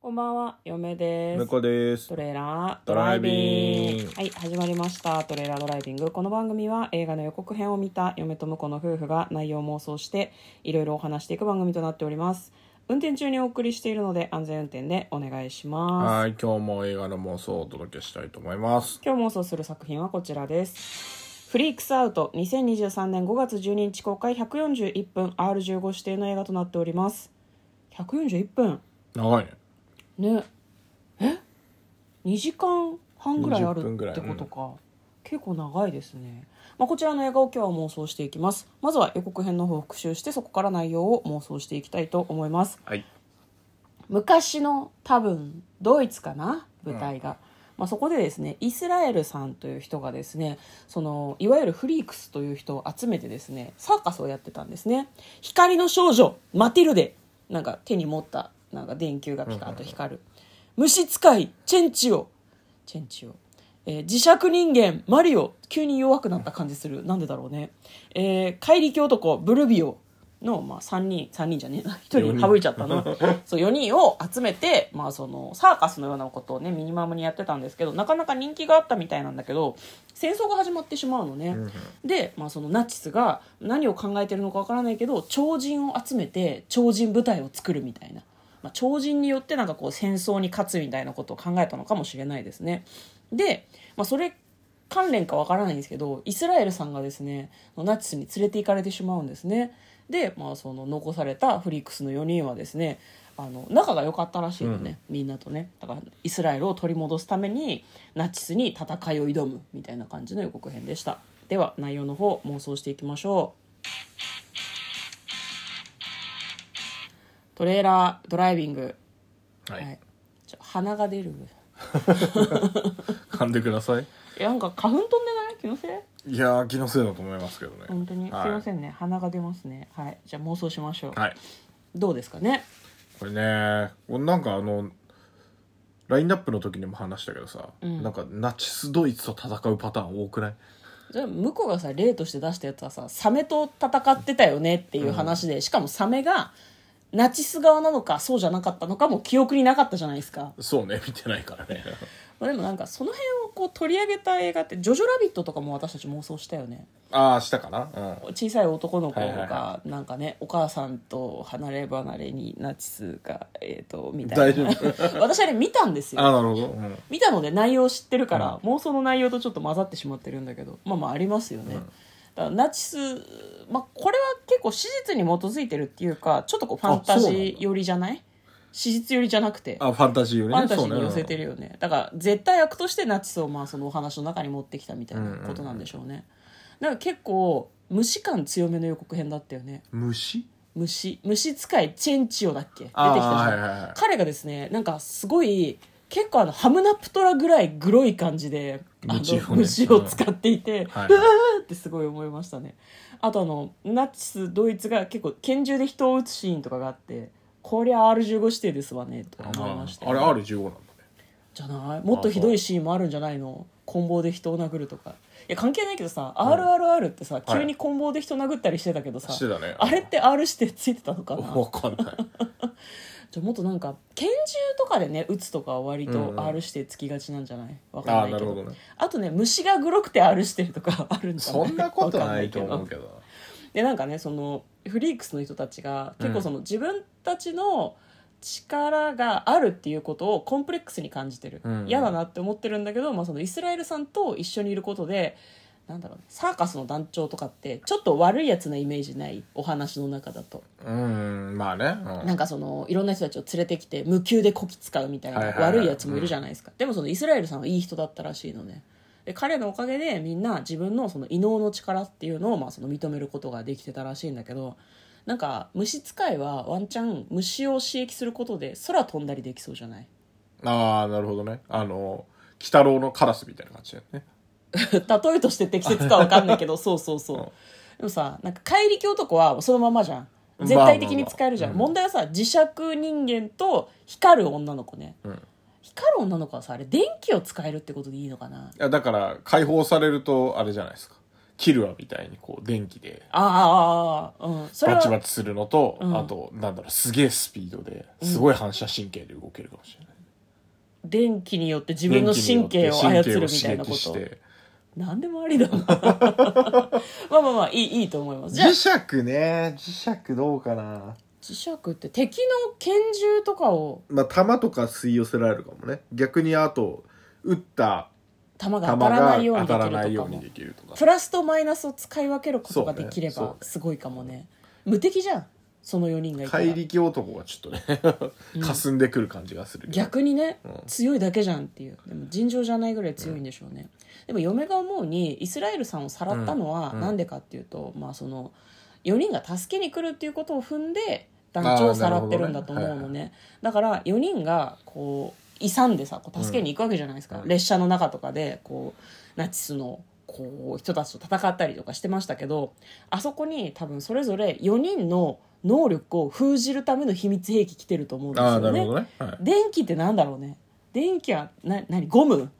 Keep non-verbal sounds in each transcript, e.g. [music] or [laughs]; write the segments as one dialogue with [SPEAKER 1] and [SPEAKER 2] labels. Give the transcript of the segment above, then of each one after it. [SPEAKER 1] こんばんは、嫁です。
[SPEAKER 2] 向こうです
[SPEAKER 1] ト。レーラード
[SPEAKER 2] ド
[SPEAKER 1] ラ
[SPEAKER 2] ラ
[SPEAKER 1] イ
[SPEAKER 2] イ
[SPEAKER 1] ビ
[SPEAKER 2] ビ
[SPEAKER 1] ン
[SPEAKER 2] ン
[SPEAKER 1] グ
[SPEAKER 2] グ
[SPEAKER 1] はい始まりましたトレーラードライビングこの番組は映画の予告編を見た嫁と婿の夫婦が内容を妄想していろいろお話していく番組となっております運転中にお送りしているので安全運転でお願いします
[SPEAKER 2] はい、今日も映画の妄想をお届けしたいと思います。
[SPEAKER 1] 今日妄想する作品はこちらですフリークスアウト2023年5月12日公開141分 R15 指定の映画となっております141分
[SPEAKER 2] 長いね。
[SPEAKER 1] ねえ2時間半ぐらいある
[SPEAKER 2] 20分ぐら
[SPEAKER 1] っ
[SPEAKER 2] い
[SPEAKER 1] てことか、結構長いですね、まあ、こちらの映画を今日は妄想していきますまずは予告編の方を復習してそこから内容を妄想していきたいと思います
[SPEAKER 2] はい。
[SPEAKER 1] 昔の多分ドイツかな舞台が、まあ、そこでですねイスラエルさんという人がですねそのいわゆるフリークスという人を集めてですねサーカスをやってたんですね光の少女マティルデなんか手に持ったなんか電球がピカッと光る虫使いチェンチオチェンチオ、えー磁石人間マリオ急に弱くなった感じするなんでだろうね、えー怪力男ブルビオの、まあ、3人3人じゃねえな1人省いちゃった [laughs] なそう4人を集めて、まあ、そのサーカスのようなことをねミニマムにやってたんですけどなかなか人気があったみたいなんだけど戦争が始まってしまうのね、で、まあ、そのナチスが何を考えてるのかわからないけど超人を集めて超人部隊を作るみたいな。まあ、超人によってなんかこう戦争に勝つみたいなことを考えたのかもしれないですね。で、まあ、それ関連かわからないんですけどイスラエルさんがですねナチスに連れて行かれてしまうんですね。で、まあ、その残されたフリックスの4人はですねあの仲が良かったらしいのね、みんなとねだからイスラエルを取り戻すためにナチスに戦いを挑むみたいな感じの予告編でしたでは内容の方妄想していきましょうトレーラードライビング、
[SPEAKER 2] は
[SPEAKER 1] はいい。、ちょ鼻が出る
[SPEAKER 2] 噛んでください。
[SPEAKER 1] えなんか花粉飛んでない気のせい
[SPEAKER 2] いやー、気のせいだと思いますけどね。
[SPEAKER 1] 本当に、
[SPEAKER 2] はい、
[SPEAKER 1] すいませんね鼻が出ますねはいじゃあ妄想しましょう、
[SPEAKER 2] はい。
[SPEAKER 1] どうですかね
[SPEAKER 2] これね、これなんかあの、ラインナップの時にも話したけどさ、なんかナチスドイツと戦うパターン多くない
[SPEAKER 1] じゃあ向こうがさ例として出したやつはさサメと戦ってたよねっていう話で、しかもサメがナチス側なのかそうじゃなかったのかも記憶になかったじゃないですか、
[SPEAKER 2] そうね、見てないから
[SPEAKER 1] [laughs]
[SPEAKER 2] ね。
[SPEAKER 1] まあ、でもなんかその辺をこう取り上げた映画って「ジョジョラビット」とかも私たち妄想したよね
[SPEAKER 2] ああ、したかな
[SPEAKER 1] 小さい男の子
[SPEAKER 2] はいはい
[SPEAKER 1] が
[SPEAKER 2] は
[SPEAKER 1] なんかねお母さんと離れ離れにナチスがえっ、とみ
[SPEAKER 2] うん。
[SPEAKER 1] た
[SPEAKER 2] 大
[SPEAKER 1] い
[SPEAKER 2] 丈
[SPEAKER 1] な
[SPEAKER 2] 夫。
[SPEAKER 1] [laughs] 私あれ見たんですよ
[SPEAKER 2] ああ、なるほど。うん。
[SPEAKER 1] 見たので内容を知ってるから、妄想の内容とちょっと混ざってしまってるんだけどまあまあありますよね、だからナチス、まあ、これは結構史実に基づいてるっていうかちょっとこうファンタジー寄りじゃない史実寄りじゃなくてフ
[SPEAKER 2] あ、ファンタジーよりね。
[SPEAKER 1] ァンタジーに寄せ
[SPEAKER 2] そう
[SPEAKER 1] て
[SPEAKER 2] ね
[SPEAKER 1] るよねだから絶対悪としてナチスをまあそのお話の中に持ってきたみたいなことなんでしょうね、だから結構虫感強めの予告編だったよね
[SPEAKER 2] うん虫
[SPEAKER 1] 虫虫使いチェンチオだっけ出てきた
[SPEAKER 2] あ
[SPEAKER 1] じ
[SPEAKER 2] ー
[SPEAKER 1] ゃん、
[SPEAKER 2] はいはいはい
[SPEAKER 1] 彼がですねなんかすごい結構あのハムナプトラぐらいグロい感じであの
[SPEAKER 2] 虫をね
[SPEAKER 1] 虫を使っていて、
[SPEAKER 2] はいう
[SPEAKER 1] わーってすごい思いましたねあとあのナチスドイツが結構拳銃で人を撃つシーンとかがあってこりゃ R15 指定ですわねとか思いました
[SPEAKER 2] あ
[SPEAKER 1] よ
[SPEAKER 2] れ
[SPEAKER 1] ね、
[SPEAKER 2] R15 なんだね。
[SPEAKER 1] じゃないもっとひどいシーンもあるんじゃないの棍棒で人を殴るとかいや関係ないけどさ「RRR」ってさ、
[SPEAKER 2] はい
[SPEAKER 1] 急に棍棒で人殴ったりしてたけどさ、
[SPEAKER 2] してたね。
[SPEAKER 1] あれって R 指定ついてたのかな
[SPEAKER 2] わかんない。
[SPEAKER 1] じゃあもっとなんか拳銃とかでね撃つとかは割
[SPEAKER 2] うんう
[SPEAKER 1] と
[SPEAKER 2] ん
[SPEAKER 1] R してつきがちなんじゃないわか
[SPEAKER 2] ああ
[SPEAKER 1] んな
[SPEAKER 2] ー、
[SPEAKER 1] い
[SPEAKER 2] な
[SPEAKER 1] け
[SPEAKER 2] る
[SPEAKER 1] ど
[SPEAKER 2] ほどね。
[SPEAKER 1] あとね虫がグロくて R してるとかあるんじゃない
[SPEAKER 2] そんなことないと
[SPEAKER 1] わかん
[SPEAKER 2] 思
[SPEAKER 1] ないうけど
[SPEAKER 2] けど。
[SPEAKER 1] でなんかねそのフリークスの人たちが結構その自分たちの力があるっていうことをコンプレックスに感じてる
[SPEAKER 2] うんうん
[SPEAKER 1] 嫌だなって思ってるんだけど、まあ、そのイスラエルさんと一緒にいることでなんだろうねサーカスの団長とかってちょっと悪いやつなイメージないお話の中だと
[SPEAKER 2] うん、まあね。うん
[SPEAKER 1] なんかそのいろんな人たちを連れてきて無給でこき使うみたいな
[SPEAKER 2] はいはいはい
[SPEAKER 1] 悪いやつもいるじゃないですか、でもそのイスラエルさんはいい人だったらしいのねで彼のおかげでみんな自分のその異能の力っていうのをまあその認めることができてたらしいんだけどなんか虫使いはワンチャン虫を刺激することで空飛んだりできそうじゃない
[SPEAKER 2] ああ、なるほどね。あの、鬼太郎のカラスみたいな感じだよね。
[SPEAKER 1] [laughs] 例えとして適切かわかんない
[SPEAKER 2] [laughs]
[SPEAKER 1] けどそうそうそう、
[SPEAKER 2] うん
[SPEAKER 1] でもさなんか怪力男はそのままじゃん
[SPEAKER 2] まあ
[SPEAKER 1] 絶対的に使えるじゃん、
[SPEAKER 2] まあまあ
[SPEAKER 1] 問題はさ磁石人間と光る女の子ね
[SPEAKER 2] うん。い
[SPEAKER 1] 光る女の子はさあれ電気を使えるってことでいいのかな
[SPEAKER 2] や、だから、解放されると、あれじゃないですか。キルアみたいにこう電気で
[SPEAKER 1] ああ、うん。それ
[SPEAKER 2] バチバ
[SPEAKER 1] は、
[SPEAKER 2] チするのと、
[SPEAKER 1] うん
[SPEAKER 2] あとなんだろうすげえスピードですごい反射神経で動けるかもしれない、
[SPEAKER 1] 電気によって自分の神経を操るみたいなこ
[SPEAKER 2] 電気によって神経を刺激し
[SPEAKER 1] と。
[SPEAKER 2] て
[SPEAKER 1] なんでもありだな。 [laughs] まあまあまあ、いい、いいと思います。じゃあ、
[SPEAKER 2] 磁石ね磁石どうかな
[SPEAKER 1] 磁石って敵の拳銃とかを、
[SPEAKER 2] まあ弾とか吸い寄せられるかもね逆にあと撃った
[SPEAKER 1] 弾が
[SPEAKER 2] 弾
[SPEAKER 1] 当たら
[SPEAKER 2] が
[SPEAKER 1] ないように
[SPEAKER 2] 当
[SPEAKER 1] で
[SPEAKER 2] たらな
[SPEAKER 1] きる
[SPEAKER 2] い
[SPEAKER 1] と
[SPEAKER 2] よ
[SPEAKER 1] か
[SPEAKER 2] うに
[SPEAKER 1] も
[SPEAKER 2] で。きるとか
[SPEAKER 1] プラスとマイナスを使い分けることができれ
[SPEAKER 2] そうね
[SPEAKER 1] ば
[SPEAKER 2] そう、
[SPEAKER 1] すごいかもね。無敵じゃん。その4人がいたら
[SPEAKER 2] 怪。力男がちょっと
[SPEAKER 1] [laughs]
[SPEAKER 2] ね霞んでくる感じがするけど
[SPEAKER 1] 逆にね、
[SPEAKER 2] うん
[SPEAKER 1] 強いだけじゃんっていうでも尋常じゃないぐらい強いんでしょうね、でも嫁が思うにイスラエルさんをさらったのは
[SPEAKER 2] うん
[SPEAKER 1] なんでかっていうと、まあその4人が助けに来るっていうことを踏んで団長をさらってるんだと思うの
[SPEAKER 2] あーなる
[SPEAKER 1] ね
[SPEAKER 2] ほど
[SPEAKER 1] だから4人がこう勇んでさこう助けに行くわけじゃないですか、
[SPEAKER 2] うん
[SPEAKER 1] 列車の中とかでこうナチスのこう人たちと戦ったりとかしてましたけどあそこに多分それぞれ4人の能力を封じるための秘密兵器来てると思うんです
[SPEAKER 2] あ
[SPEAKER 1] よ
[SPEAKER 2] あなる
[SPEAKER 1] ね
[SPEAKER 2] ほ。どね、はい、
[SPEAKER 1] 電気ってなんだろうね電気はな何ゴム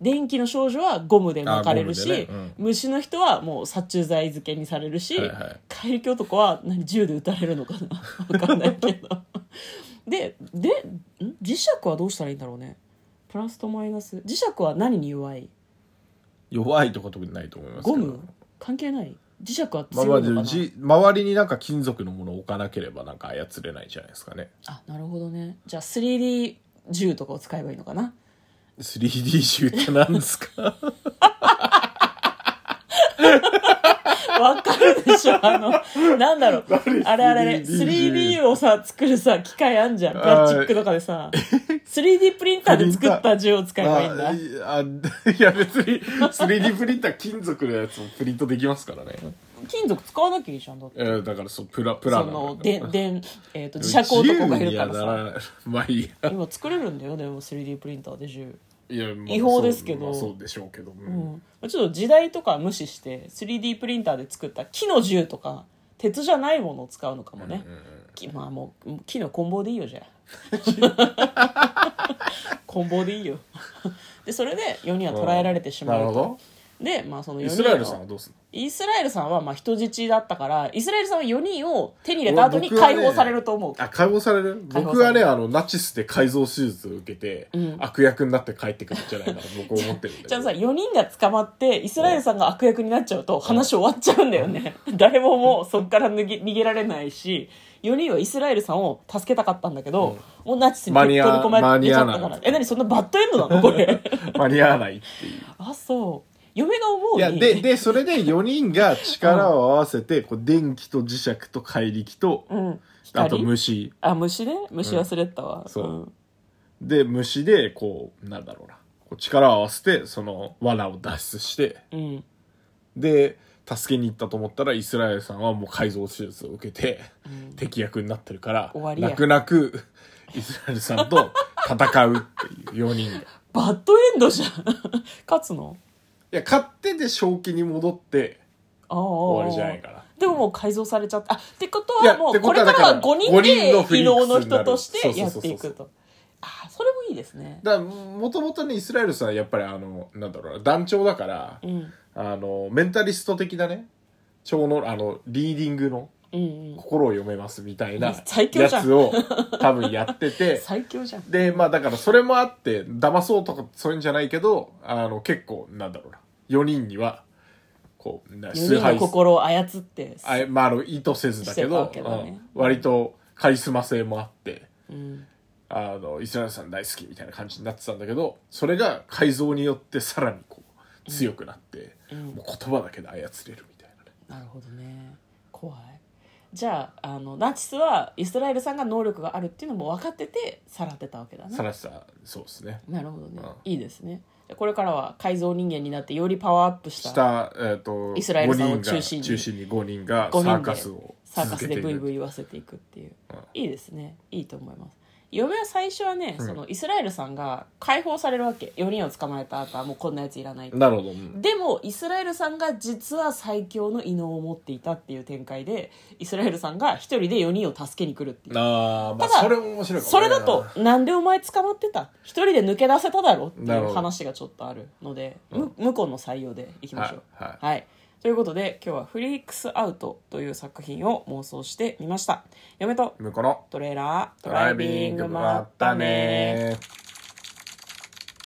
[SPEAKER 1] 電気の少女はゴムで巻かれるし、
[SPEAKER 2] あゴムでね
[SPEAKER 1] 虫の人はもう殺虫剤漬けにされるし、
[SPEAKER 2] はいはい
[SPEAKER 1] 怪力男は何銃で撃たれるのかな [laughs] わかんないけどででん磁石はどうしたらいいんだろうねプラスとマイナス磁石は何に弱い
[SPEAKER 2] 弱いとか特にないと思いますけ
[SPEAKER 1] ゴ
[SPEAKER 2] ど
[SPEAKER 1] ム関係ない磁石は
[SPEAKER 2] まあま
[SPEAKER 1] 強
[SPEAKER 2] あ
[SPEAKER 1] いのかな、あ
[SPEAKER 2] じ周りになんか金属のものを置かなければなんか操れないじゃないですかね
[SPEAKER 1] なるほどねじゃあ 3D 銃とかを使えばいいのかな
[SPEAKER 2] 3D 銃って何ですか
[SPEAKER 1] わかるでしょあの、なんだろう。あれあれあれ、3D をさ、作るさ、機械あんじゃん。プラスチックとかでさ、3D プリンターで作った銃を [laughs] 使えばいいんだ。
[SPEAKER 2] ああいや別に 3D プリンター金属のやつもプリントできますからね、
[SPEAKER 1] 金属使わなきゃいいじゃん、だって。
[SPEAKER 2] えーだからそうプラプラ
[SPEAKER 1] そ
[SPEAKER 2] な
[SPEAKER 1] の、
[SPEAKER 2] だから
[SPEAKER 1] で、で、えっと、磁石男がいるから
[SPEAKER 2] 自由にはな
[SPEAKER 1] さ。
[SPEAKER 2] らないまあいいや
[SPEAKER 1] 今作れるんだよ、でも 3D プリンターで銃。
[SPEAKER 2] いや、まあ
[SPEAKER 1] 違法ですけど
[SPEAKER 2] そう,、まあそうでしょうけど、うん
[SPEAKER 1] うん、ちょっと時代とか無視して 3D プリンターで作った木の銃とか鉄じゃないものを使うのかもね、きまあもう木の棍棒でいいよじ
[SPEAKER 2] [laughs]
[SPEAKER 1] ゃあ棍棒でいいよでそれで4人は捕らえられてしま
[SPEAKER 2] なる
[SPEAKER 1] う
[SPEAKER 2] ほ
[SPEAKER 1] と
[SPEAKER 2] ど
[SPEAKER 1] でまあその4人
[SPEAKER 2] イ
[SPEAKER 1] を
[SPEAKER 2] スラエルさんはどうすんの
[SPEAKER 1] イスラエルさんはまあ人質だったからイスラエルさんは4人を手に入れた後に解放されると思う、
[SPEAKER 2] あ解放される
[SPEAKER 1] 解放
[SPEAKER 2] 僕
[SPEAKER 1] さ
[SPEAKER 2] は
[SPEAKER 1] れ
[SPEAKER 2] ね
[SPEAKER 1] る
[SPEAKER 2] あのナチスで改造手術を受けて、
[SPEAKER 1] ん
[SPEAKER 2] 悪役になって帰ってくるんじゃないかと僕は思ってるんだけど
[SPEAKER 1] [laughs] じゃあさ4人が捕まってイスラエルさんが悪役になっちゃうと話終わっちゃうんだよね誰ももうそっから逃げ逃げられないし4人はイスラエルさんを助けたかったんだけど、もうナチスに
[SPEAKER 2] 間に合
[SPEAKER 1] 取り込ま
[SPEAKER 2] 間
[SPEAKER 1] れち
[SPEAKER 2] に
[SPEAKER 1] ゃ
[SPEAKER 2] 合
[SPEAKER 1] っ
[SPEAKER 2] わ
[SPEAKER 1] たか
[SPEAKER 2] な
[SPEAKER 1] ら
[SPEAKER 2] い
[SPEAKER 1] え何そんなバッドエンドなのこ
[SPEAKER 2] [laughs]
[SPEAKER 1] れ
[SPEAKER 2] 間に合わないっていう。
[SPEAKER 1] あそう嫁が思うに
[SPEAKER 2] いや、で、で、それで4人が力を合わせて、こう、電気と磁石と怪力と、
[SPEAKER 1] うん、
[SPEAKER 2] あと
[SPEAKER 1] 光
[SPEAKER 2] 虫。
[SPEAKER 1] あ虫ね虫忘れてたわ、うん、
[SPEAKER 2] そうで、虫で、こう、なんだろうな。こう力を合わせて、その、罠を脱出して、
[SPEAKER 1] うん
[SPEAKER 2] で、助けに行ったと思ったら、イスラエルさんはもう改造手術を受けて、敵役になってるから、
[SPEAKER 1] 終わりや
[SPEAKER 2] 泣く泣く、イスラエルさんと戦うっていう4人が。 [laughs] い
[SPEAKER 1] バッドエンドじゃん [laughs] 勝つの
[SPEAKER 2] や、勝ってで正気に戻って、
[SPEAKER 1] ああ
[SPEAKER 2] 終わりじゃないかな。
[SPEAKER 1] でももう改造されちゃった。あってこと
[SPEAKER 2] いや
[SPEAKER 1] はも
[SPEAKER 2] っ
[SPEAKER 1] う
[SPEAKER 2] て
[SPEAKER 1] こ
[SPEAKER 2] こ
[SPEAKER 1] れ
[SPEAKER 2] と
[SPEAKER 1] か
[SPEAKER 2] は
[SPEAKER 1] ら
[SPEAKER 2] だから
[SPEAKER 1] 5人
[SPEAKER 2] 五人
[SPEAKER 1] で
[SPEAKER 2] のフ
[SPEAKER 1] 異
[SPEAKER 2] リー
[SPEAKER 1] 能の
[SPEAKER 2] クスにな
[SPEAKER 1] 人
[SPEAKER 2] る
[SPEAKER 1] としてやってい
[SPEAKER 2] そうそうそ
[SPEAKER 1] く
[SPEAKER 2] う
[SPEAKER 1] と。あそれもいいですね。
[SPEAKER 2] だもともとねイスラエルさんはやっぱりあのなんだろうな団長だから、
[SPEAKER 1] うん
[SPEAKER 2] あのメンタリスト的なね長のあのリーディングの
[SPEAKER 1] うんうん。
[SPEAKER 2] 心を読めますみたいな
[SPEAKER 1] 最強
[SPEAKER 2] や
[SPEAKER 1] じゃん
[SPEAKER 2] つを多分やっ
[SPEAKER 1] [laughs]
[SPEAKER 2] てて
[SPEAKER 1] 最強じゃん。
[SPEAKER 2] でまあだからそれもあって騙そうとかそういうんじゃないけどあの結構なんだろうな4人にはこうな
[SPEAKER 1] 4人の心を操って。
[SPEAKER 2] あえまあ、あの意図せずだけ
[SPEAKER 1] してた
[SPEAKER 2] ど
[SPEAKER 1] わけだね
[SPEAKER 2] うん割とカリスマ性もあって。
[SPEAKER 1] うん
[SPEAKER 2] あの、イスラエルさん大好きみたいな感じになってたんだけど、それが改造によってさらにこう、強くなって、もう言葉だけで操れるみたいなね。
[SPEAKER 1] なるほどね。怖い。じゃああのナチスはイスラエルさんが能力があるっていうのも分かっててさらってたわけだね
[SPEAKER 2] さ。らした、そうですね。
[SPEAKER 1] なるほどね
[SPEAKER 2] うん。
[SPEAKER 1] いいですね。じゃあこれからは改造人間になってよりパワーアップした
[SPEAKER 2] 下、えっ、と、
[SPEAKER 1] イスラエルさんを
[SPEAKER 2] 5人が
[SPEAKER 1] 中心に
[SPEAKER 2] 中心に5人がサ
[SPEAKER 1] 5人で
[SPEAKER 2] ーカスを
[SPEAKER 1] サーカ
[SPEAKER 2] 続け
[SPEAKER 1] スで
[SPEAKER 2] てい
[SPEAKER 1] ブイブイ
[SPEAKER 2] る。
[SPEAKER 1] 言わせていくっていう、
[SPEAKER 2] うん
[SPEAKER 1] いいですねいいと思います嫁は最初はね、
[SPEAKER 2] うん
[SPEAKER 1] そのイスラエルさんが解放されるわけ4人を捕まえた後はもうこんなやついらないって
[SPEAKER 2] なるほど。うん
[SPEAKER 1] でもイスラエルさんが実は最強の異能を持っていたっていう展開でイスラエルさんが1人で4人を助けに来るっていう
[SPEAKER 2] あーまあ、
[SPEAKER 1] ただ
[SPEAKER 2] それも面白いかもね
[SPEAKER 1] それだと、なんでお前捕まってた一人で抜け出せただろってい
[SPEAKER 2] なるほ
[SPEAKER 1] う
[SPEAKER 2] ど
[SPEAKER 1] 話がちょっとあるので、む向こうの採用でいきましょう。
[SPEAKER 2] はい
[SPEAKER 1] はい。ということで今日は「フリークスアウト」という作品を妄想してみました嫁と
[SPEAKER 2] 向こうの
[SPEAKER 1] トレーラード
[SPEAKER 2] ドライビングもあったね